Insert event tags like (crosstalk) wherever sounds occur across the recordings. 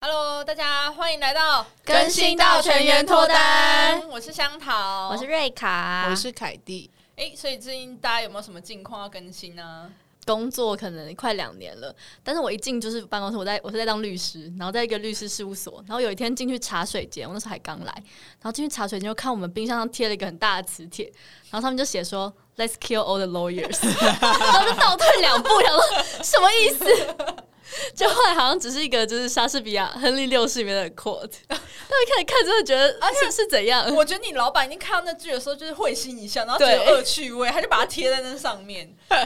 Hello，大家欢迎来到更新到全员脱单，我是香桃，哦我是瑞卡，我是凯蒂，哎，所以最近大家有没有什么近况要更新啊呢？工作可能快两年了，但是我一进就是办公室，我在我是在当律师，然后在一个律师事务所，然后有一天进去茶水间，我那时候还刚来，然后进去茶水间就看我们冰箱上贴了一个很大的磁铁，然后他们就写说 Let's kill all the lawyers，然 (laughs) 后就倒退两步，然后什么意思？就后来好像只是一个就是莎士比亚《亨利六世》里面的 quote，但 (laughs) 我一开始看真的觉得啊是是怎样？我觉得你老板一看到那句的时候，就是会心一笑，然后觉得对恶趣味，他就把它贴在那上面。对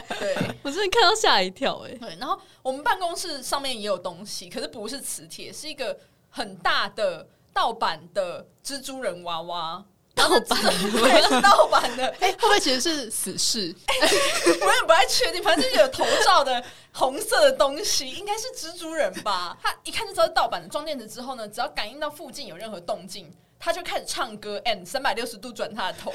我真的看到吓一跳哎、对，然后我们办公室上面也有东西，可是不是磁铁，是一个很大的盗版的蜘蛛人娃娃。盗版 (laughs) 对，是盗版的，哎、会不会其实是死侍？我 (laughs) 也不太确定，反正就是有头罩的红色的东西，应该是蜘蛛人吧？他一看就知道是盗版的。装电子之后呢，只要感应到附近有任何动静，他就开始唱歌，and 三百六十度转他的头，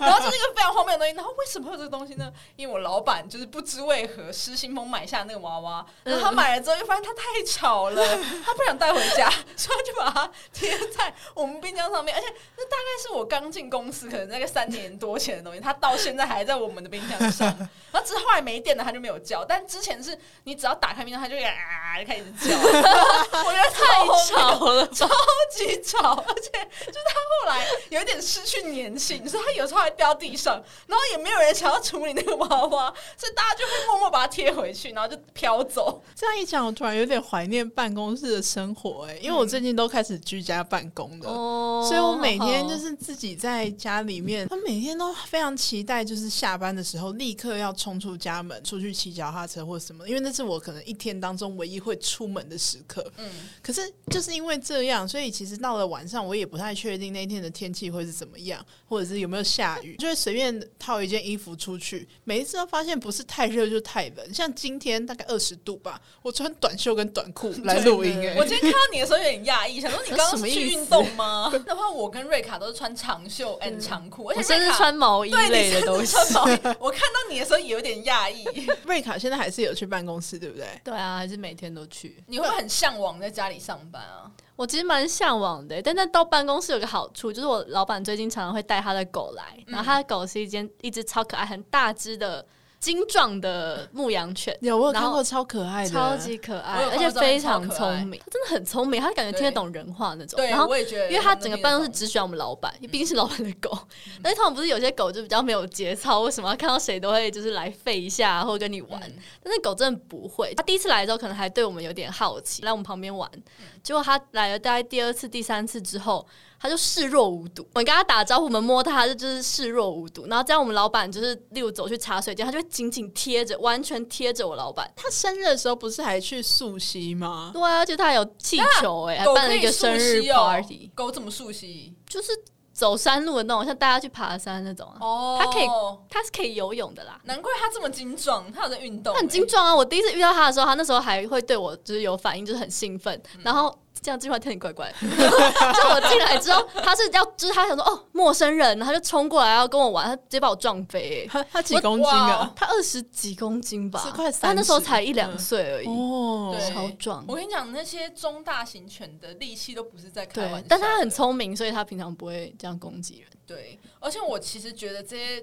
然后就是一个非常荒谬的东西。然后为什么会有这个东西呢？因为我老板就是不知为何失心疯买下那个娃娃，然后嗯他买了之后又发现它太吵了，他不想带回家， (laughs) 所以他就把它贴在我们冰箱上面，而且那大概是我刚进公司可能那个三年多前的东西，它到现在还在我们的冰箱 (laughs) 上。然后只是后来没电了，它就没有叫。但之前是你只要打开冰箱，它就啊就开始 (laughs) 叫，我觉得太超荒谬吵了吧！ (laughs) 超级吵，而且就是它后来有一点失去粘性，所以它有时候还掉地上，然后也没有人想要处理那个娃娃，所以大家就会默默把它贴回去，然后就飘走。这样一讲，我突然有点怀念办公室的生活、哎，因为我最近都开始居家办公了。哦所以我每天好哦就是自己在家里面，我每天都非常期待，就是下班的时候立刻要冲出家门，出去骑脚踏车或什么，因为那是我可能一天当中唯一会出门的时刻。嗯，可是就是因为这样，所以其实到了晚上，我也不太确定那天的天气会是怎么样，或者是有没有下雨，就会随便套一件衣服出去。每一次都发现不是太热就太冷，像今天大概二十度吧，我穿短袖跟短裤来录音、哎我欸，今天看到你的时候有点讶异，想说你刚刚是去运动 (laughs) 吗？那话我跟瑞卡都是穿长袖 and 长裤，而嗯且我甚瑞至卡穿毛衣对类你的甚东至 (laughs) 西。穿毛衣，我看到你的时候也有点讶异。瑞卡现在还是有去办公室，对不对？对啊，还是每天都去。你会不会很向往在家里上班啊？我其实蛮向往的，欸但那到办公室有个好处，就是我老板最近常常会带他的狗来，然后他的狗是一间一只超可爱、很大只的精壮的牧羊犬。有，我有然看后过超可爱的，超级可我爱，有而看且过照片非超常可爱聪明。它真的很聪明，它感觉听得懂人话那种。对然，后我也觉得，因为他整个办公室只选我们老板，嗯因为毕竟是老板的狗。但是通常不是有些狗就比较没有节操，为什么看到谁都会就是来吠一下或者跟你玩？嗯但是狗真的不会，它第一次来的时候可能还对我们有点好奇，来我们旁边玩。嗯结果它来了大概第二次、第三次之后，它就视若无睹。我们跟它打招呼，我们摸它，它就就是视若无睹。然后这样我们老板就是例如走去茶水间，它就会紧紧贴着，完全贴着我老板。啊他生日的时候不是还去溯溪吗？对啊，而且它还有气球哎、欸，还狗办可了以一个生日溯溪哦 party。狗怎么溯溪？就是走山路的那种，像大家去爬山那种、啊。哦，它可以它是可以游泳的啦，难怪它这么精壮，它有在运动、欸它很精壮啊！我第一次遇到它的时候，它那时候还会对我就是有反应，就是很兴奋。然后这样这句话听很怪怪， (laughs) 就我进来之后，它是要就是它想说哦陌生人，然后它就冲过来要跟我玩，它直接把我撞飞、欸。他 (laughs) 他几公斤哇啊？它二十几公斤吧是，快它那时候30才一两嗯岁而已。哦，对超壮我跟你讲，那些中大型犬的力气都不是在开玩笑对的，，但它很聪明，所以它平常不会这样攻击人。对，而且我其实觉得这些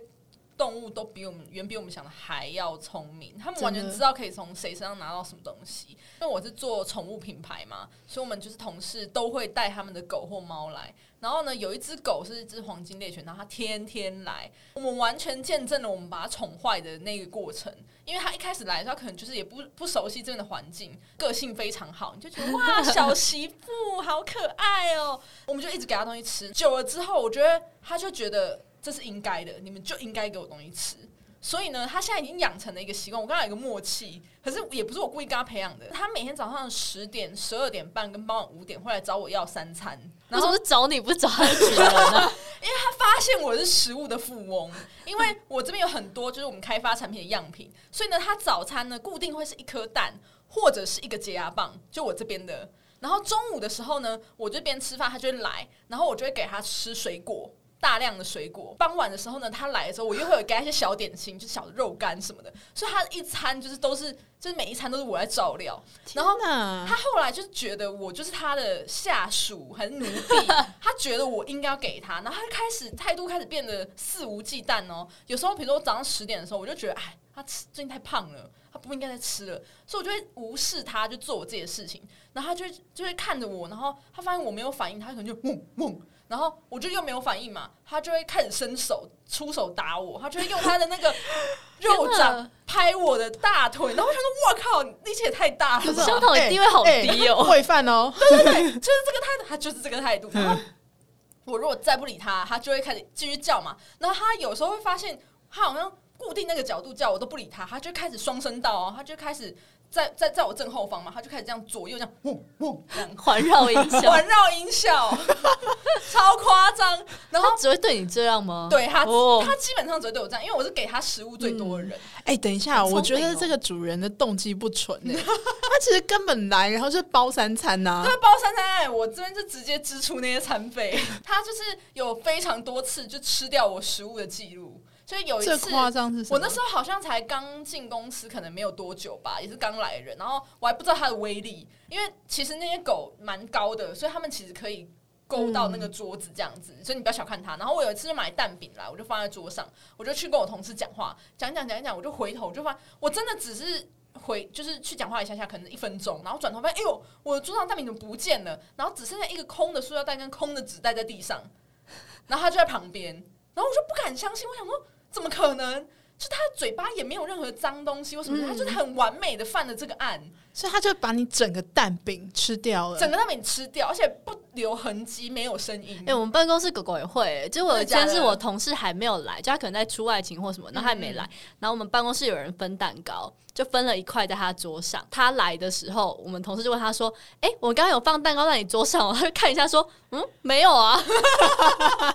动物都比我们远比我们想的还要聪明，他们完全真的知道可以从谁身上拿到什么东西。因为我是做宠物品牌嘛，所以我们就是同事都会带他们的狗或猫来。然后呢，有一只狗是一只黄金猎犬，然后它天天来，我们完全见证了我们把它宠坏的那个过程。因为它一开始来的时候，它可能就是也不不熟悉这边的环境，个性非常好，你就觉得哇，小媳妇好可爱哦、我们就一直给他东西吃，久了之后，我觉得他就觉得这是应该的，你们就应该给我东西吃。所以呢，他现在已经养成了一个习惯，我跟他有一个默契，可是也不是我故意跟他培养的。他每天早上十点、十二点半跟傍晚五点会来找我要三餐，为然什后么是找你不是找它的主人啊？他发现我是食物的富翁，因为我这边有很多就是我们开发产品的样品，所以呢，他早餐呢固定会是一颗蛋或者是一个解压棒，就我这边的。然后中午的时候呢，我这边吃饭，他就会来，然后我就会给他吃水果。大量的水果。傍晚的时候呢，他来的时候，我又会有给他一些小点心，就小肉干什么的，所以他一餐就是都是，就是每一餐都是我在照料。然后嗯呢他，后来就是觉得我就是他的下属，很奴 (laughs) 婢，他觉得我应该要给他，然后他就开始态度开始变得肆无忌惮哦。有时候，比如说我早上十点的时候，我就觉得，哎，他吃最近太胖了，他不应该再吃了，所以我就会无视他，就做我自己的事情。然后他就会就会看着我，然后他发现我没有反应，他可能就嗡嗡，然后我就又没有反应嘛，他就会开始伸手出手打我，他就会用他的那 (laughs) 个肉天掌哪拍我的大腿，然后我想说，哇靠，力气也太大 (laughs) 了吧，香港的地位好低哦 (laughs) 哎喂饭哦， (laughs) 就是这个态度，他就是这个态度。嗯然后我如果再不理他，他就会开始继续叫嘛。然后他有时候会发现，他好像固定那个角度叫，我都不理他，他就开始双声道哦，他就开始在在在我正后方嘛，他就开始这样左右这样嗡嗡这样环绕音效，环绕音 (laughs) 效，超夸张。然后他只会对你这样吗？对他，哦他基本上只会对我这样，因为我是给他食物最多的人。哎、等一下，很聪我觉得明哦这个主人的动机不纯哎、他其实根本来，然后就包三餐呐、那包三餐爱，我这边就直接支出那些餐费。他就是有非常多次就吃掉我食物的记录，所以有一最次夸张是什么？我那时候好像才刚进公司，可能没有多久吧，也是刚来人，然后我还不知道它的威力，因为其实那些狗蛮高的，所以它们其实可以勾到那个桌子这样子，所以你不要小看它。然后我有一次就买蛋饼来，我就放在桌上，我就去跟我同事讲话，讲一讲讲一讲，我就回头我就发现，我真的只是。回就是去讲话一下下，可能一分钟，然后转头发现，哎呦，我桌上蛋饼怎么不见了？然后只剩下一个空的塑料袋跟空的纸袋在地上，然后它就在旁边，然后我就不敢相信，我想说怎么可能？就他嘴巴也没有任何脏东西，为什么？他就是很完美的犯了这个案，所以他就把你整个蛋饼吃掉了。整个蛋饼吃掉，而且不留痕迹，没有声音哎、。我们办公室狗狗也会、欸，就我有一嗯真的假天的嗯是我同事还没有来，就他可能在出外勤或什么，然后他还没来，然后我们办公室有人分蛋糕，就分了一块在他桌上。他来的时候，我们同事就问他说：“哎、我刚刚有放蛋糕在你桌上哦？”他就看一下说：“嗯，没有啊。” (laughs)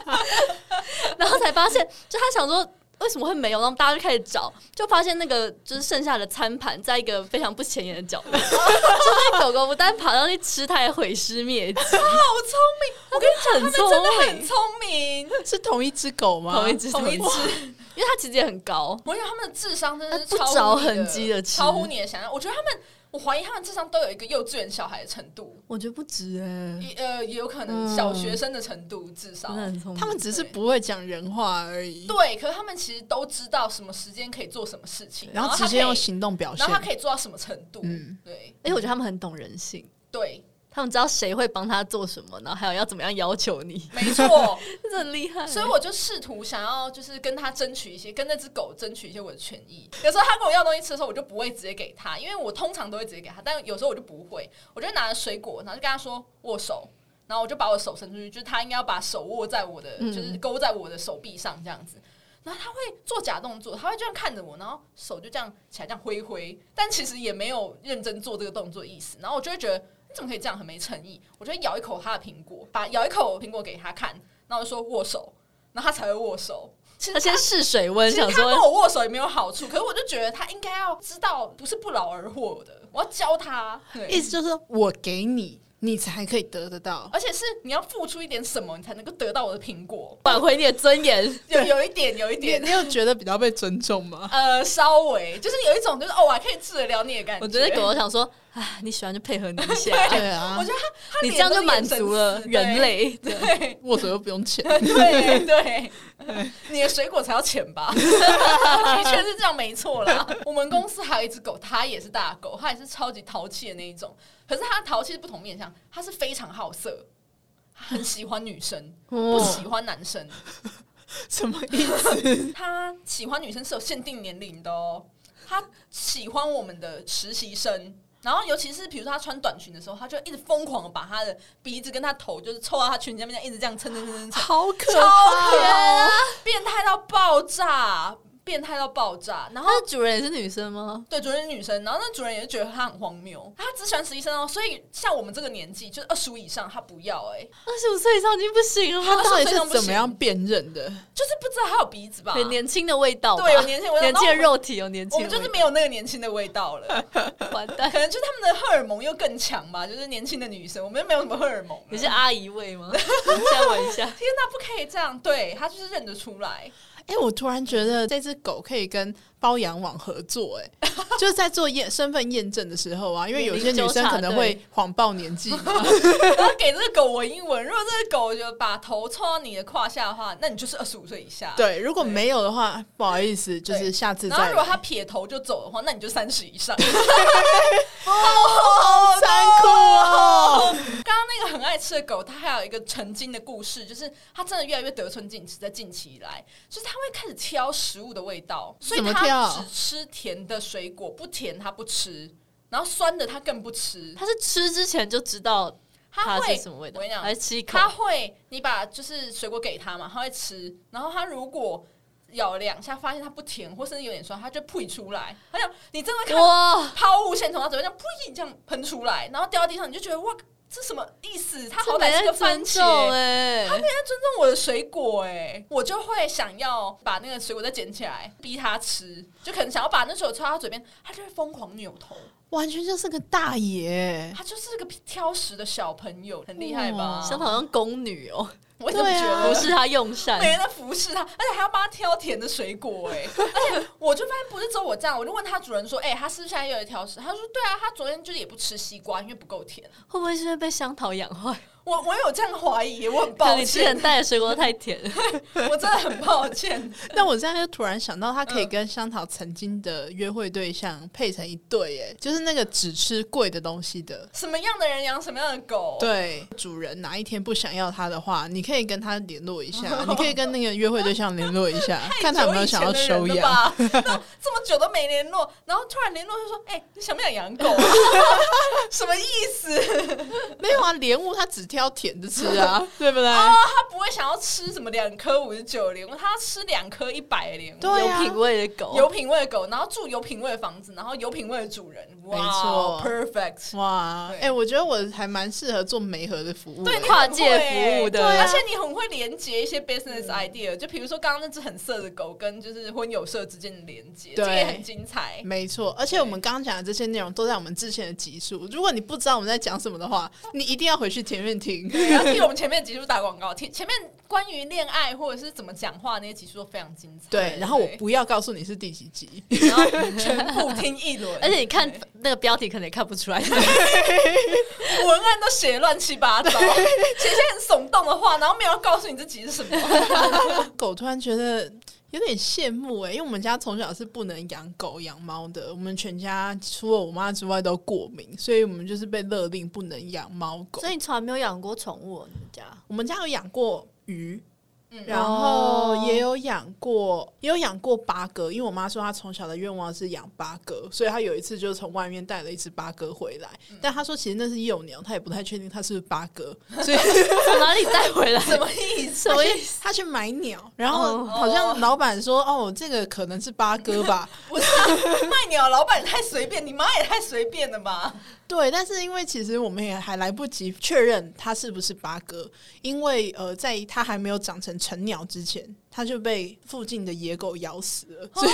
然后才发现，就他想说。为什么会没有？然后大家就开始找，就发现那个就是剩下的餐盘，在一个非常不显眼的角落。 (laughs) 就是狗狗不但爬上去吃，它还毁尸灭迹。好聪明，我跟你讲，他们真的很聪明，是同 (laughs) 一只狗吗？同一只，同一只，只。因为它其实也很高。我想他们的智商真的是他不超乎着你痕迹地吃超乎你的想象。我觉得他们，我怀疑他们智商都有一个幼稚园小孩的程度，我觉得不止哎、也呃，也有可能嗯小学生的程度，至少真的很聪明。他们只是不会讲人话而已，对。可是他们其实都知道什么时间可以做什么事情，然后他直可接用以，行动表现然后。他可以做到什么程度？嗯对而且我觉得他们很懂人性，对，他们知道谁会帮他做什么，然后还有要怎么样要求你，没错。真的很厉 (laughs) 害。所以我就试图想要，就是跟他争取一些，跟那只狗争取一些我的权益。有时候他跟我要东西吃的时候，我就不会直接给他，因为我通常都会直接给他，但有时候我就不会，我就拿着水果，然后就跟他说握手，然后我就把我的手伸出去，就是他应该要把手握在我的，就是勾在我的手臂上这样子。然后他会做假动作，他会这样看着我，然后手就这样起来这样挥挥，但其实也没有认真做这个动作的意思。然后我就会觉得你怎么可以这样，很没诚意。我就会咬一口他的苹果，把咬一口苹果给他看，然后就说握手，然后他才会握手。其他实先试水温，其实想他跟说我握手也没有好处，可是我就觉得他应该要知道，不是不劳而获的，我要教他。对意思就是说我给你，你才可以得得到。而且是你要付出一点什么，你才能够得到我的苹果。挽回你的尊严。有有一点，有一你点，你有觉得比较被尊重 (laughs) 吗？呃，稍微就是有一种就是哦，我还可以治得了你的感觉。我觉得狗狗想说，哎，你喜欢就配合你一 (laughs) 下，对对啊我觉得他他你脸这样都就是满眼神足了死人。类。对对握手又不用 (laughs) 钱，对对，你的水果才要钱吧？的确是这样，没错啦。我们公司还有一只狗，它也是大狗，它也是超级淘气的那一种。可是它淘气是不同面向，它是非常好色，它很喜欢女生，哦不喜欢男生。什么意思？他喜欢女生是有限定年龄的哦，他喜欢我们的实习生。然后，尤其是比如说他穿短裙的时候，他就一直疯狂的把他的鼻子跟他头就是凑到他裙子下面，一直这样蹭蹭蹭蹭蹭，好可超怕！甜，变态到爆炸。变态到爆炸。然后它的主人也是女生吗？对，主人是女生，然后那主人也觉得她很荒谬，她只喜欢实习生哦。所以像我们这个年纪，就是二十五以上，她不要哎、二十五岁以上已经不行了他吗？到底是怎么样辨认的？就是不知道她有鼻子吧？很年轻的味道吧，对，有年轻的味道，年轻的然后肉体，有年我轻们的就是味没有那个年轻的味道了， (laughs) 道，完蛋可，能就是他们的荷尔蒙又更强吧，就是年轻的女生，我们又没有什么荷尔蒙了。 (laughs) 你是阿姨味吗？ (laughs) 再玩一下，天哪，不可以这样！对她就是认得出来，哎、我突然觉得这只狗可以跟包养网合作、 (laughs) 哎，就是在做验身份验证的时候啊，因为有些女生可能会谎报年纪嘛，然后给这个狗闻一闻。如果这个狗就把头凑到你的胯下的话，那你就是二十五岁以下。。 (laughs) 对，如果没有的话，不好意思，就是下次再然后来。如果他撇头就走的话，那你就三十以 (laughs) 上。好残酷哦！刚刚那个很爱吃的狗，它还有一个曾经的故事，就是它真的越来越得寸进尺，在近期以来，就是它会开始挑食物的味道，所以怎么它挑只吃甜的水果，不甜它不吃，然后酸的它更不吃。他是吃之前就知道它它会是什么味道我跟你，讲还是吃一口？它会，你把就是水果给它嘛，它会吃，然后它如果咬了两下，发现它不甜，或甚至有点酸，它就吐出来。它讲你真的看哇，抛物线从他嘴边这样噗这样喷出来，然后掉到地上，你就觉得哇，这什么意思？他好这没歹是在个番茄，尊重他哎，尊重我的水果哎、我就会想要把那个水果再捡起来，逼他吃，就可能想要把那水果插到他嘴边，他就会疯狂扭头。 (laughs) 完全就是个大爷，他就是个挑食的小朋友，很厉害吧哇？像好像宫女哦，我怎么觉对得啊不是她用膳每，人在服侍他，而且还要帮他挑甜的水果、 (laughs) 哎，而且我就发现不是只有我这样，我就问他主人说，哎、他是不是现在又有挑食？他说对啊，他昨天就是也不吃西瓜，因为不够甜。会不会是因为被香桃养坏？我我有这样怀疑，我很可抱能你之歉前，带的水果太甜， (laughs) 我真的很抱歉。 (laughs) 但我现在就突然想到，他可以嗯跟香桃曾经的约会对象配成一对，哎，就是那个只吃贵的东西的。什么样的人养什么样的狗？对，主人哪一天不想要他的话，你可以跟他联络 (laughs) 一下，你可以跟那个约会对象联络一下，看他有没有想要收太久以前的人了养。 (laughs) 吧？ (laughs) 那这么久都没联络，然后突然联络就说：“哎、你想不想养狗、啊？” (laughs) 什么意思？没有啊，莲雾他只挑甜的吃 (laughs) 啊，对不对？他不会想要吃什么两颗五十九莲雾，他要吃两颗一百莲雾。对啊有品味的狗，有品味的狗，然后住有品味的房子，然后有品味的主人，哇没错，perfect。哇，对哎、我觉得我还蛮适合做媒合的服务的。对你很跨界服欸务的啊会对而且你很会连接一些 business idea，、就比如说刚刚那只很色的狗跟就是婚友社之间的连接，这对个也很精彩。没错，而且我们刚刚讲的这些内容都在我们之前的集数。如果你不知道我们在讲什么的话，你一定要回去前面听。对要替我们前面的集数打广告，前前面关于恋爱或者是怎么讲话那些集数都非常精彩。对，然后我不要告诉你是第几集， (laughs) 然后全部听一轮，而且你看对那个标题可能也看不出来，文案都写得乱七八糟，写一些很耸动的话，然后没有人告诉你这集是什么。狗突然觉得有点羡慕哎、因为我们家从小是不能养狗养猫的，我们全家除了我妈之外都过敏，所以我们就是被勒令不能养猫 (laughs) 狗所。以你从来没有养过宠物哦，你们家我们家有养过鱼，嗯然后也有养过，也有养过八哥，因为我妈说她从小的愿望是养八哥，所以她有一次就是从外面带了一只八哥回来，但她说其实那是幼鸟，她也不太确定它是不是八哥，所 (laughs) 以从哪里带回来？什么意 (laughs) 思？什么她意去她去买鸟，然后哦好像老板说哦，这个可能是八哥吧，不是啊卖鸟老板也太随便，你妈也太随便了吧？对，但是因为其实我们也还来不及确认它是不是八哥，因为呃，在它还没有长成成鸟之前，它就被附近的野狗咬死了，哦所以、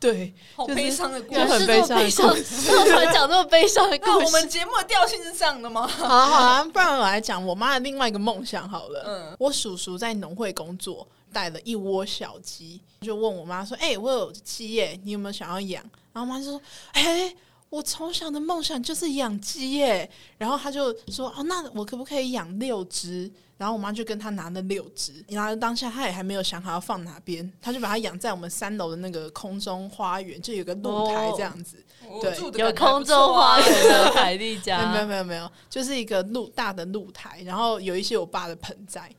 对，好悲伤的故就这是事。么悲很悲伤的故 (laughs) 怎么突然讲这么悲伤的那故我们事？节目的调性是这样的吗？好啦好啦，不然我来讲我妈的另外一个梦想好了。嗯我叔叔在农会工作，带了一窝小鸡，就问我妈说：“哎、我有鸡耶，你有没有想要养？”然后我妈就说：“哎、我从小的梦想就是养鸡耶。”然后她就说：“哦，那我可不可以养六只？”然后我妈就跟她拿了六只，然后当下她也还没有想好要放哪边，她就把它养在我们三楼的那个空中花园，就有个露台这样子。对我住的有感觉还空不错中花 (laughs) 啊园的凯丽 (laughs) 没有没有家，没有没有，就是一个露大的露台，然后有一些我爸的盆栽。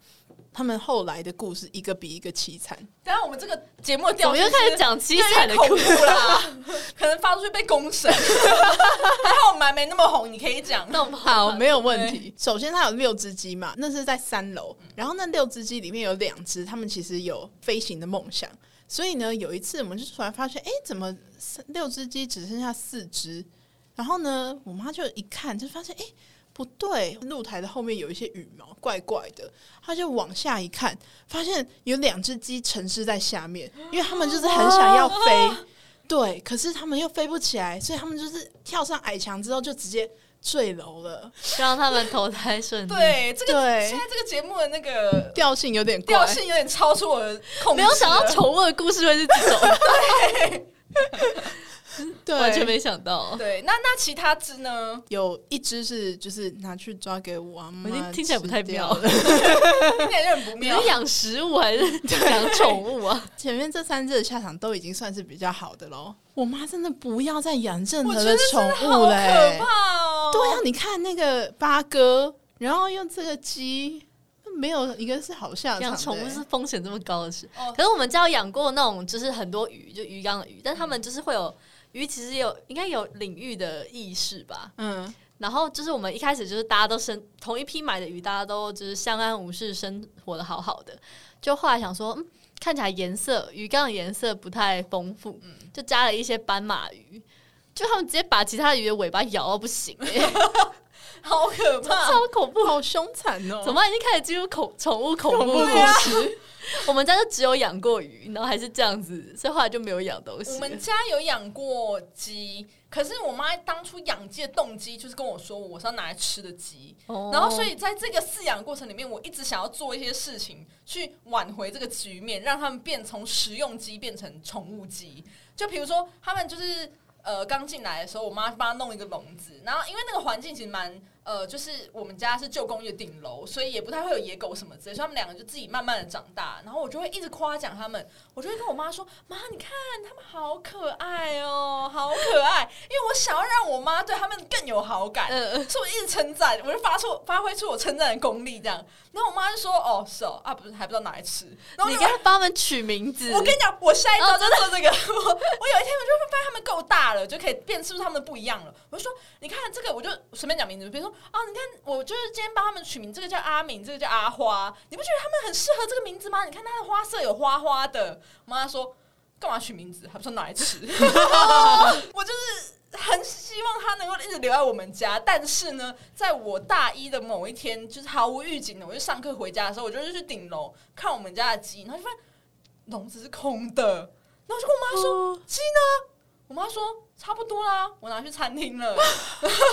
他们后来的故事一个比一个凄惨，等一下我们这个节目的怎调么性又开始是讲凄惨的恐故事？怖啦， (laughs) 可能发出去被公审。 (laughs) 还好我们还没那么红，你可以 (laughs) 讲。那我们好，没有问题。首先，它有六只鸡嘛，那是在三楼，然后那六只鸡里面有两只，它们其实有飞行的梦想，所以呢，有一次我们就突然发现，哎，怎么四六只鸡只剩下四只？然后呢，我妈就一看，就发现，哎，不对，露台的后面有一些羽毛，怪怪的。她就往下一看，发现有两只鸡沉尸在下面，因为它们就是很想要飞，对，可是它们又飞不起来，所以它们就是跳上矮墙之后就直接坠楼了。希望他们投胎顺利。，对，这个对现在这个节目的那个调性有点调怪，性有点超出我的控制了，没有想到宠物的故事会是这种，对， (laughs) 完全没想到。对，那那其他只呢？有一只是就是拿去抓给我阿我妈吃已掉经了，听起来不太妙了。听起来有点不你妙是。养食物还是 (laughs) 养宠物啊？ (laughs) 前面这三只的下场都已经算是比较好的喽。我妈真的不要再养任我何觉得真宠的好物嘞、可怕哦！对啊，你看那个八哥，然后用这个鸡，没有一个是好下场养的、欸宠物是风险这么高的事哦。可是我们家有养过那种，就是很多鱼，就鱼缸的鱼，但他们就是会有鱼，其实有应该有领域的意识吧。嗯，然后就是我们一开始就是大家都生同一批买的鱼，大家都就是相安无事，生活的好好的。就后来想说，嗯，看起来颜色鱼缸的颜色不太丰富，嗯就加了一些斑马鱼。就他们直接把其他鱼的 (laughs) 尾巴哦咬到不行、欸，好可怕！超恐怖！好凶残哦！怎么已经开始进入恐宠物恐怖故对啊事？ (laughs) 我们家就只有养过鱼，然后还是这样子，所以后来就没有养东西。我们家有养过鸡，可是我妈当初养鸡的动机就是跟我说我是要拿来吃的鸡，哦然后所以在这个饲养过程里面，我一直想要做一些事情去挽回这个局面，让他们变从食用鸡变成宠物鸡。就比如说，他们就是呃刚进来的时候，我妈帮他弄一个笼子，然后因为那个环境其实蛮呃，就是我们家是旧公寓的顶楼，所以也不太会有野狗什么之类，所以他们两个就自己慢慢的长大。然后我就会一直夸奖他们，我就会跟我妈说：“妈，你看他们好可爱哦，好可爱。”因为我想要让我妈对他们更有好感，嗯所以我一直称赞，我就发出发挥出我称赞的功力，这样。然后我妈就说：“哦，是哦，啊，不是还不知道拿来吃。”然后你我应就该帮他们取名字。我跟你讲，我下一招哦就做这个。我我有一天我就会发现他们够大了，就可以辨识出他们不一样了。我就说，你看这个，我就随便讲名字，比如说啊，你看我就是今天帮他们取名，这个叫阿敏，这个叫阿花，你不觉得他们很适合这个名字吗？你看它的花色有花花的。我妈说，干嘛取名字？还不是拿来吃？ (laughs) 我就是。很希望它能够一直留在我们家，但是呢，在我大一的某一天，就是毫无预警的，我就上课回家的时候，我就是去顶楼看我们家的鸡，然后就发现。笼子是空的。然后我就跟我妈说：“鸡、呢？”我妈说：“差不多啦，我拿去餐厅了。”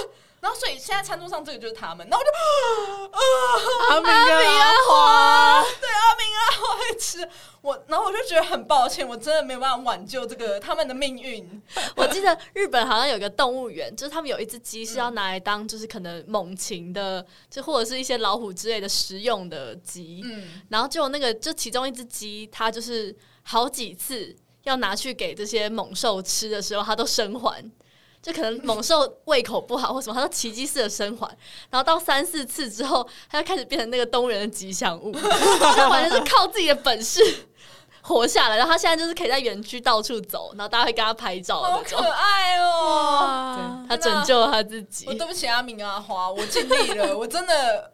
(laughs) 然后所以现在餐桌上这个就是他们。然后我就阿明啊，花，对阿明啊，我会吃我，然后我就觉得很抱歉，我真的没有办法挽救这个他们的命运。我记得日本好像有个动物园，就是他们有一只鸡是要拿来当，就是可能猛禽的，就或者是一些老虎之类的食用的鸡。嗯，然后就有那个，就其中一只鸡，它就是好几次要拿去给这些猛兽吃的时候，它都生还。就可能猛兽胃口不好或什么，它都奇迹式的生还，然后到三四次之后，它就开始变成那个动物园的吉祥物，它完全是靠自己的本事活下来。然后它现在就是可以在园区到处走，然后大家会跟它拍照的好那可种。爱哦、哇它拯救了它自己我。对不起阿明啊，阿花，我尽力 (laughs) 了，我真的，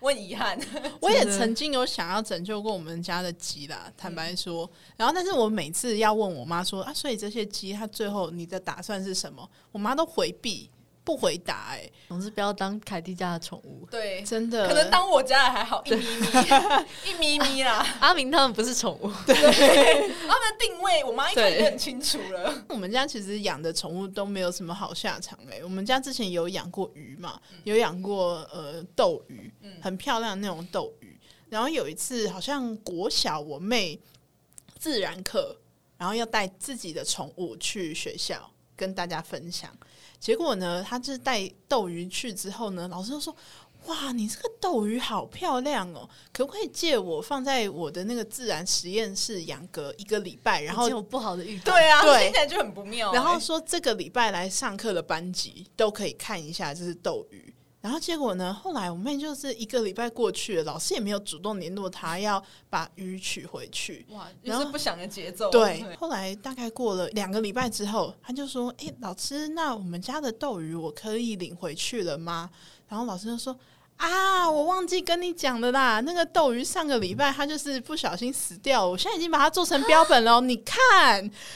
我很遗憾。 (laughs) 我也曾经有想要拯救过我们家的鸡啦，坦白说。然后，但是我每次要问我妈说啊，所以这些鸡它最后你的打算是什么？我妈都回避不回答、欸，总之不要当凯蒂家的宠物。对，真的，可能当我家的还好，一咪咪，一咪 (laughs) 咪啦。 (laughs) 阿明他们不是宠物，他们的定位，我妈一看就很清楚了。 (laughs) 我们家其实养的宠物都没有什么好下场哎、我们家之前有养过鱼嘛，有养过呃斗鱼，很漂亮的那种斗鱼。然后有一次好像国小我妹自然课，然后要带自己的宠物去学校跟大家分享。结果呢，她就是带斗鱼去之后呢，老师就说：“哇，你这个斗鱼好漂亮哦，可不可以借我放在我的那个自然实验室养个一个礼拜？”然后有不好的预感。对啊，对听起来就很不妙欸、然后说这个礼拜来上课的班级都可以看一下，就是斗鱼。然后结果呢，后来我妹就是一个礼拜过去了，老师也没有主动联络她要把鱼取回去。哇，就然是后不想的节奏。对，后来大概过了两个礼拜之后，她就说：“诶，老师，那我们家的斗鱼我可以领回去了吗？”然后老师就说：“啊，我忘记跟你讲的啦，那个斗鱼上个礼拜它就是不小心死掉了，我现在已经把它做成标本了哦，你看，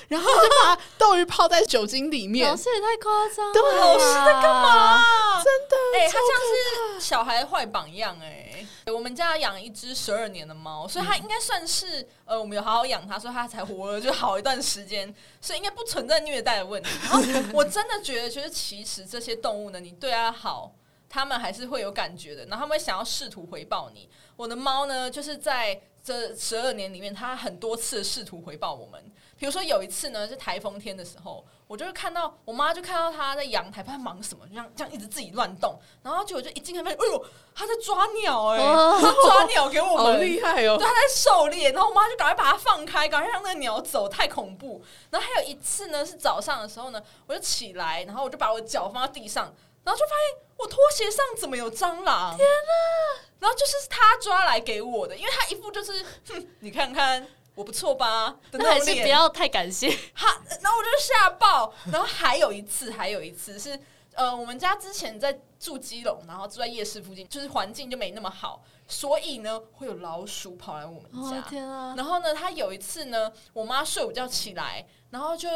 然后就把斗鱼泡在酒精里面老，师也太夸张了，对老师在干嘛？？真的，哎、他像是小孩的坏榜样哎、我们家养一只十二年的猫，所以它应该算是、呃，我们有好好养它，所以它才活了就好一段时间，所以应该不存在虐待的问题。然后我真的觉得，就是其实这些动物呢，你对它好，它们还是会有感觉的，然后它们会想要试图回报你。我的猫呢，就是在这十二年里面，它很多次试图回报我们。比如说有一次呢，是台风天的时候，我就是看到我妈就看到它在阳台，不知道在忙什么，就这样这样一直自己乱动，然后结果就一进来发现，哎呦，它在抓鸟哎、哦它抓鸟给我好们，厉害哦对，！它在狩猎，然后我妈就赶快把它放开，赶快让那个鸟走，太恐怖。然后还有一次呢，是早上的时候呢，我就起来，然后我就把我脚放到地上，然后就发现我拖鞋上怎么有蟑螂？天哪！然后就是他抓来给我的，因为他一副就是，哼，你看看我不错吧？的那还种是脸不要太 (laughs) 感谢，他，然后我就吓爆。然后还有一次，还有一次是，呃，我们家之前在住基隆，然后住在夜市附近，就是环境就没那么好，所以呢会有老鼠跑来我们我家。的天啊！然后呢，他有一次呢，我妈睡午觉起来，然后就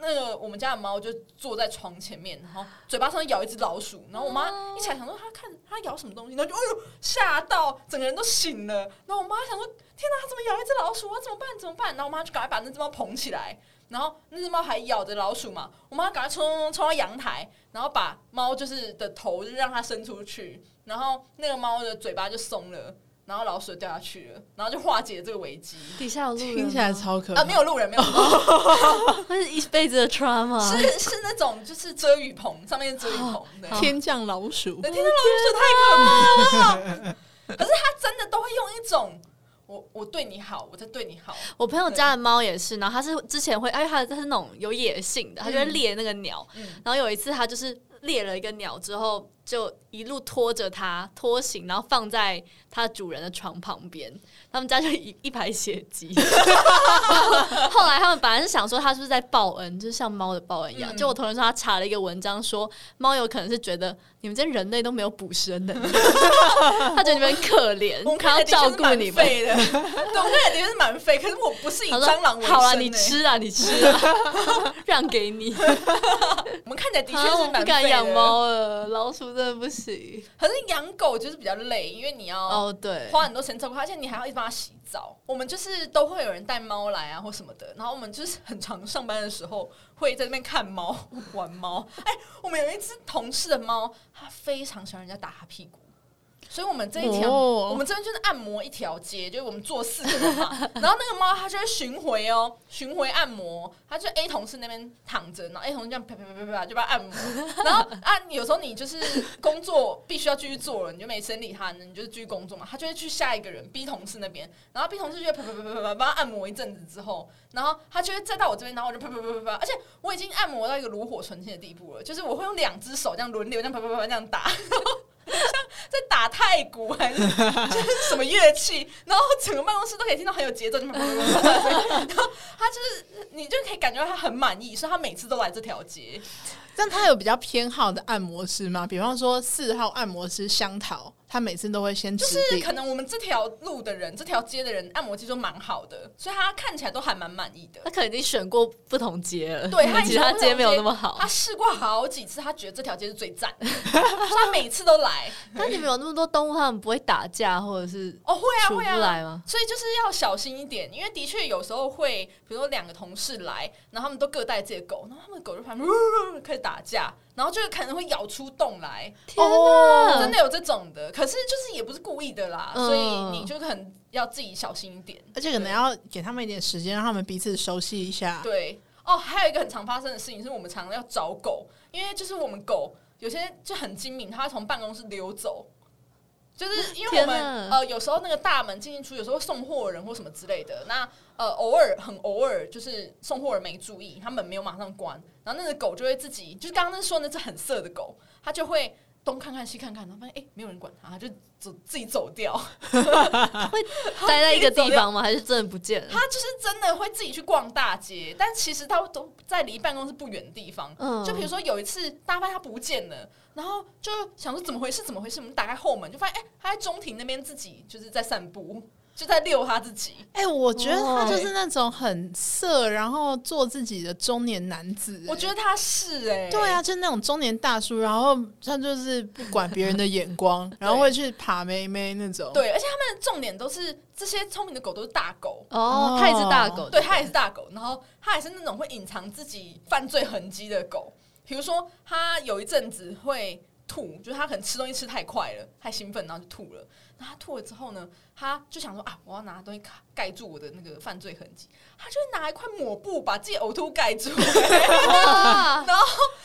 那个我们家的猫就坐在床前面，然后嘴巴上咬一只老鼠，然后我妈一起来想说她看她咬什么东西，然后就哎呦吓到整个人都醒了，然后我妈想说天哪，她怎么咬一只老鼠？我怎么办？怎么办？然后我妈就赶快把那只猫捧起来。然后那只猫还咬着老鼠嘛，我妈赶快冲冲冲到阳台，然后把猫就是的头就让它伸出去，然后那个猫的嘴巴就松了，然后老鼠就掉下去了，然后就化解这个危机。 (laughs) 底下有路人吗，听起来超可啊，怕没。有路人，没有路人，会是一辈子的 trauma。是是那种就是遮雨棚，上面是遮雨棚的。哦好天降老鼠，对天哪，老鼠太可怕了！可是他真的都会用一种我我对你好，我在对你好，我朋友家的猫也是，然后它是之前会，哎，它它是那种有野性的，它就会嗯猎那个鸟。嗯，然后有一次，它就是猎了一个鸟之后，就一路拖着它拖行，然后放在它主人的床旁边。他们家就一一排血 (laughs) 迹。 (laughs) 后来他们本来是想说它是不是在报恩，就是像猫的报恩一样。嗯就我同学说他查了一个文章说，猫有可能是觉得你们这些人类都没有捕食的 (laughs) 能力，他觉得你们很可怜我，们他看要起来的照确是顾蛮你们。废的，对，我们看起来的确是蛮废，可是我不是以他说蟑螂为生、欸。好了，你，吃啊，你吃啊， (laughs) 让给你。我们看起来的确啊是我蛮废不的。敢养，猫了，老鼠真的不行。可是养狗就是比较累，因为你要哦，对，花很多钱照顾它，而且你还要一直帮它洗澡。我们就是都会有人带猫来啊，或什么的。然后我们就是很常上班的时候会在那边看猫、 (laughs) 玩猫。哎、我们有一只同事的猫，它非常喜欢人家打它屁股，所以我们这一条、哦我们这边就是按摩一条街，就是我们坐四个人嘛。 (laughs) 然后那个猫它就会巡回哦，巡回按摩，它就 A 同事那边躺着，然后 A 同事这样啪啪啪啪啪就把它按摩。 (laughs) 然后啊，有时候你就是工作必须要继续做了，你就没生理它，你就是继续工作嘛，它就会去下一个人 B 同事那边，然后 B 同事就会啪啪啪啪啪啪帮他按摩一阵子之后，然后它就会再到我这边，然后我就啪啪啪啪啪，而且我已经按摩到一个炉火纯青的地步了，就是我会用两只手这样轮流这样啪啪啪啪这样打。在打太鼓还是 (laughs) 就是什么乐器，然后整个办公室都可以听到很有节奏，就 (laughs) 然后他就是你就可以感觉到他很满意，所以他每次都来这条街。但他有比较偏好的按摩师吗？比方说四号按摩师香桃，他每次都会先指就是定。可能我们这条路的人、这条街的人按摩技术蛮好的，所以他看起来都还蛮满意 (laughs) 的他。可能已经选过不同街了，对他其他街没有那么好 (laughs) 他。啊试过好几次，他觉得这条街是最赞的， (laughs) 所以他每次都来。但你们有那么多动物，它们不会打架或者是哦，会啊，处不会来啊。吗？所以就是要小心一点，因为的确有时候会，比如说两个同事来，然后他们都各带自己的狗，然后他们的狗就旁边呃开始打架，然后就可能会咬出洞来，天哦真哪！的有这种的。可是就是也不是故意的啦，嗯所以你就很要自己小心一点。而且可能要给他们一点时间，让他们彼此熟悉一下。对，哦，还有一个很常发生的事情是我们常常要找狗，因为就是我们狗有些就很精明，它会从办公室溜走。就是因为我天们啊呃，有时候那个大门进进出，有时候送货人或什么之类的。那呃，偶尔很偶尔，就是送货人没注意，他门没有马上关，然后那个狗就会自己，就是刚刚那说那只很色的狗，它就会东看看西看看，然后发现哎、没有人管他，他就走自己走掉。 (laughs) 待在一个地方吗？还是真的不见了他？就是真的会自己去逛大街，但其实他都在离办公室不远的地方。嗯就比如说有一次，大家发现他不见了，然后就想说怎么回事？怎么回事？我们打开后门就发现，哎、他在中庭那边自己就是在散步，就在遛他自己。哎、我觉得他哦就是那种很色，然后做自己的中年男子、我觉得。得他是哎、对，啊，就是那种中年大叔，然后他就是不管别人的眼光，然后会去爬妹妹那种。，对，而且他们的重点都是这些聪明的狗都是大狗。哦，他也是大狗，对，它也是大狗，然后它也是那种会隐藏自己犯罪痕迹的狗。比如说，它有一阵子会吐，就是它可能吃东西吃太快了，太兴奋，然后就吐了。那它吐了之后呢，它就想说啊，我要拿东西盖盖住我的那个犯罪痕迹，它就会拿一块抹布把自己呕吐盖住。哇，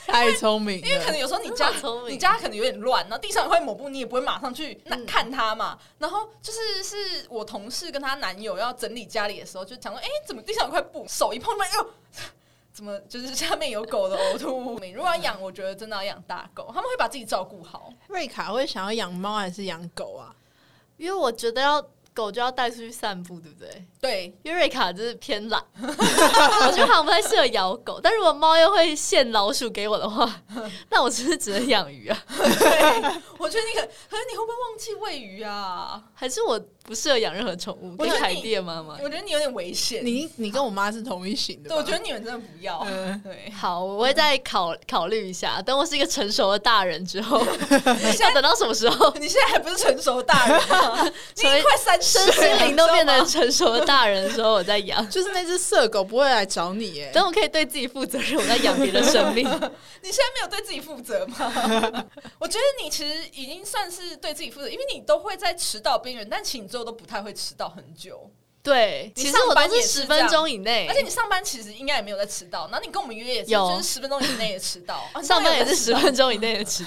太聪明了。因为可能有时候你家 (laughs) 好聪明嗯你家可能有点乱，然后地上有块抹布，你也不会马上去那看它嘛。然后就是是我同事跟她男友要整理家里的时候，就想说，哎、怎么地上有块布？手一碰到，哎呦， (laughs) 怎么就是下面有狗的呕吐物？如果要养，我觉得真的要养大狗，他们会把自己照顾好。瑞卡会想要养猫还是养狗啊？ (laughs) 因为我觉得要狗就要带出去散步，对不对？对，因为瑞卡就是偏懒， (laughs) 我觉得好像不太适合养狗。但如果猫又会献老鼠给我 (laughs) 的话，那我是不是只能养鱼啊？我觉得你可，可是你会不会忘记喂鱼啊？还是我不适合养任何宠物？我跟觉得凯你蒂的妈妈一样我觉得你有点危险。你你跟我妈是同一型的吧，对，我觉得你们真的不要。嗯对， (laughs) 好，我会嗯再考考虑一下。等我是一个成熟的大人 (laughs) 之后，要等到什么时候，你现在还不是成熟大人 (laughs) 啊，你已成为经快三十身了，心灵都你知道变吗得成熟的大人的时候，我再 (laughs) 养。就是那只色狗不会来找你耶。等我可以对自己负责任，我再养别的生 (laughs) 命。你现在没有对自己负责吗？ (laughs) 我觉得你其实已经算是对自己负责，因为你都会在迟到边缘，但其实你最后都不太会迟到很久，对，你其实上我班都也是是十这分样钟以内，而且你上班其实应该也没有在迟到，然后你跟我们约也是，有就是十分钟以内也迟到，啊上班也是。你十都没有在迟到分钟以内的 (laughs) 迟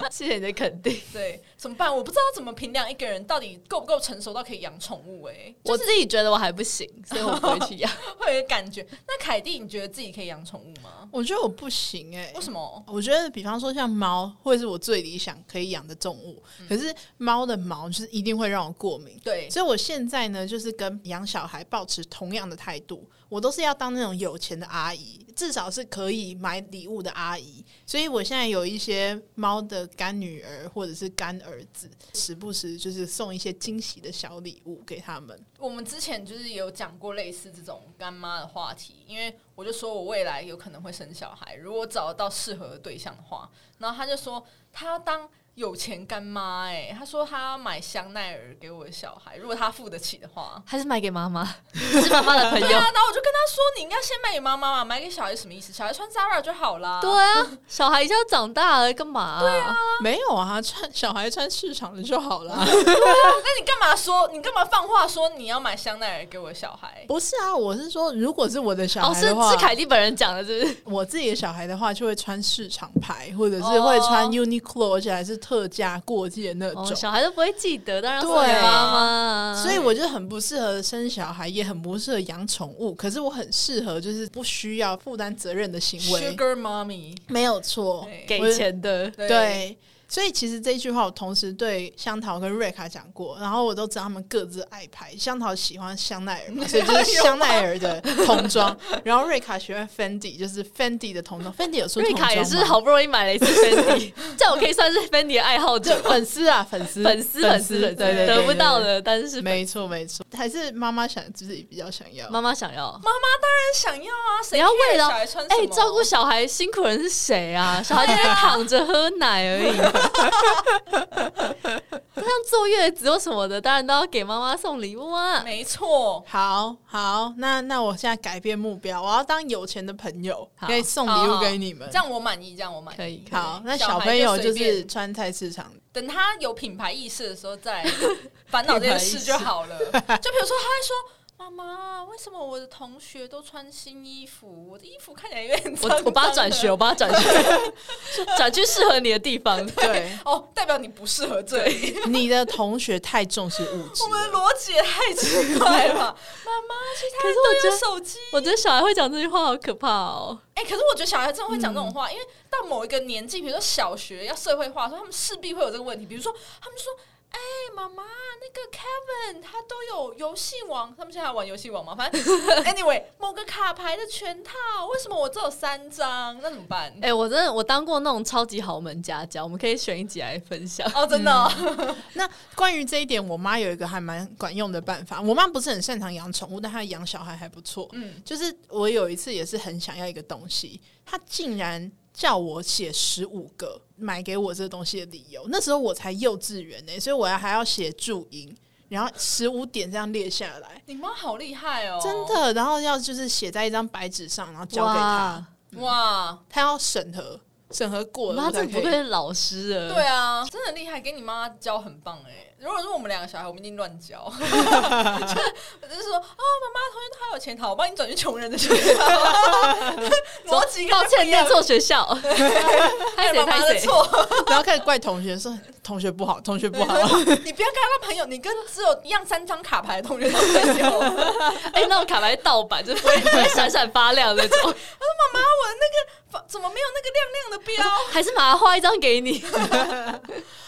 到。谢谢你的肯定，对，怎么办？我不知道怎么评量一个人到底够不够成熟到可以养宠物、欸，我自己觉得我还不行，所以我不会去养。会有一个感觉。那凯蒂，你觉得自己可以养宠物吗？我觉得我不行哎、为什么？我觉得，比方说像猫，会是我最理想可以养的动物。可是猫的毛就是一定会让我过敏，嗯对，所以我现在呢，就是跟养小孩保持同样的态度，我都是要当那种有钱的阿姨，至少是可以买礼物的阿姨。所以我现在有一些猫的干女儿或者是干儿子，时不时就是送一些惊喜的小礼物给他们。我们之前就是有讲过类似这种干妈的话题，因为我就说我未来有可能会生小孩，如果找得到适合的对象的话，然后他就说他要当有钱干妈，哎，他说他要买香奈儿给我的小孩，如果他付得起的 (laughs) 话。 (laughs) 还是买给妈妈，是妈妈的朋对友啊。，然后我就跟他说，你应该先买给妈妈嘛，买给小孩什么意思？小孩穿 Zara 就好啦。 (laughs) 对啊， (laughs) 小孩一下长大了，干嘛、对啊，没有啊，穿小孩穿市场的就好了。那你干嘛说？你干嘛放话说你要买香奈儿给我的小孩？ (laughs) 不是啊，我是说，如果是我的小哦，孩是的话，是凯蒂本人讲的，是不是？我自己的小孩的话，就会穿市场牌，或者是会穿哦 Uniqlo，而且还是特价过季的那种。哦，小孩都不会记得，当然送呃对给啊妈妈。所以我就很不适合生小孩，也很不适合养宠物。可是我很适合，就是不需要负担责任的行为， Sugar Mommy，没有错。对哦给我就钱的，对对，所以其实这句话我同时对香桃跟瑞卡讲过，然后我都知道他们各自爱牌。香桃喜欢香奈儿嘛，啊所以 (laughs) 就是香奈儿的童装，然后瑞卡喜欢 Fendi，就是 Fendi 的童装。Fendi 有出瑞童装卡也是吗好不容易买了一 (laughs) 次 Fendi，这样我可以算是 Fendi 的爱好者吧，粉丝啊， (laughs) 粉丝，粉丝粉丝粉对丝，对对，得不到的，的，但是没错没错，还是妈妈想自己比较想要。妈妈想要。妈妈当然想要啊，谁你要为 care 了小孩穿什哎、么？照顾小孩辛苦人是谁 (laughs) 啊？小孩在那边躺着喝奶而已。啊 (laughs) 像坐月子或什么的，当然都要给妈妈送礼物啊。没错，好好，那那我现在改变目标，我要当有钱的朋友，好可以送礼物给你们这。样我满意，这样我满意。可以，可以好，那小小孩朋就友随就是便穿菜市 (laughs) 场，等 (laughs) 他有品牌意识的时候，再烦恼这件事就好了。就比如说，他会说。妈妈，为什么我的同学都穿新衣服，我的衣服看起来有点脏我 (laughs) 脏的我帮他转学，我帮他转学， (laughs) 转去适合你的地方。对，哦，代表你不适合这里。 (laughs) 你的同学太重视物质我，们的逻辑也太奇怪了吧，妈妈，其他人可是我都觉有得手机。我觉得小孩会讲这句话好可怕哦。哎、可是我觉得小孩真的会讲这种话，因为到某一个年纪，比如说小学要社会化的时候，他们势必会有这个问题。比如说，他们说：“哎、妈妈，那个 Kevin 他都有游戏王，他们现在还玩游戏王吗？反正 anyway，某个卡牌的全套，为什么我只有三张？那怎么办？”哎、我真的我当过那种超级豪门家教，我们可以选一集来分享。哦，真的哦、那关于这一点，我妈有一个还蛮管用的办法。我妈不是很擅长养宠物，但她养小孩还不错。嗯，就是我有一次也是很想要一个东西，她竟然叫我写十五个买给我这个东西的理由。那时候我才幼稚园欸呢、所以我要还要写注音，然后十五点这样列下来，你妈好厉害哦，真的。然后要就是写在一张白纸上，然后交给她，哇，她要审核，审核过我了妈我才真的可不愧以。是老师了。对啊，真的很厉害，给你妈教很棒哎、如果是我们两个小孩，我们一定乱教，就是我就是说，哦，妈妈同学都还有钱，好，我帮你转去穷人的学校，逻辑跟抱歉，不一样念错学 (laughs) 校，拍哎谁妈妈拍的谁。错，然后开始怪同学说同学不好，同学不好。你不要跟他当朋友，你跟只有一样三张卡牌的同学当朋友。哎、那种卡牌盗版，就是不会不会闪闪发亮那种，妈妈，我的那个怎么没有那个亮亮的标？还是马上画一张给你，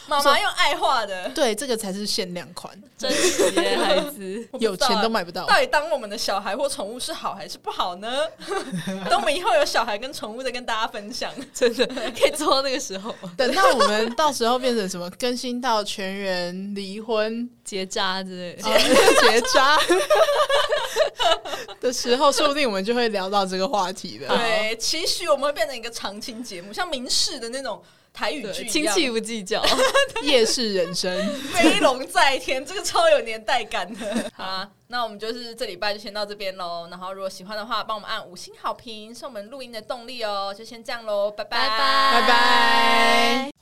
妈妈用爱画的， (laughs) 对，这个才是限量款，珍惜耶，孩子。我不知道啊有钱都买不到。到底当我们的小孩或宠物是好还是不好 (laughs) 呢？等我们以后有小孩跟宠物再跟大家分享。真的可以做到那个时候等到我们到时候变成什么，更新到全员离婚、结扎之类的。呃结扎 (laughs) 的时候，说不定我们就会聊到这个话题了。对，期许我们会变成一个常青节目，像明视的那种台语剧对，一亲样戚不计较。夜市人生，飞龙在天，这个超有年代感的。 (laughs) 好啊，那我们就是这礼拜就先到这边喽。然后如果喜欢的话，帮我们按五星好评，是我们录音的动力哦。就先这样喽，拜拜拜拜拜拜。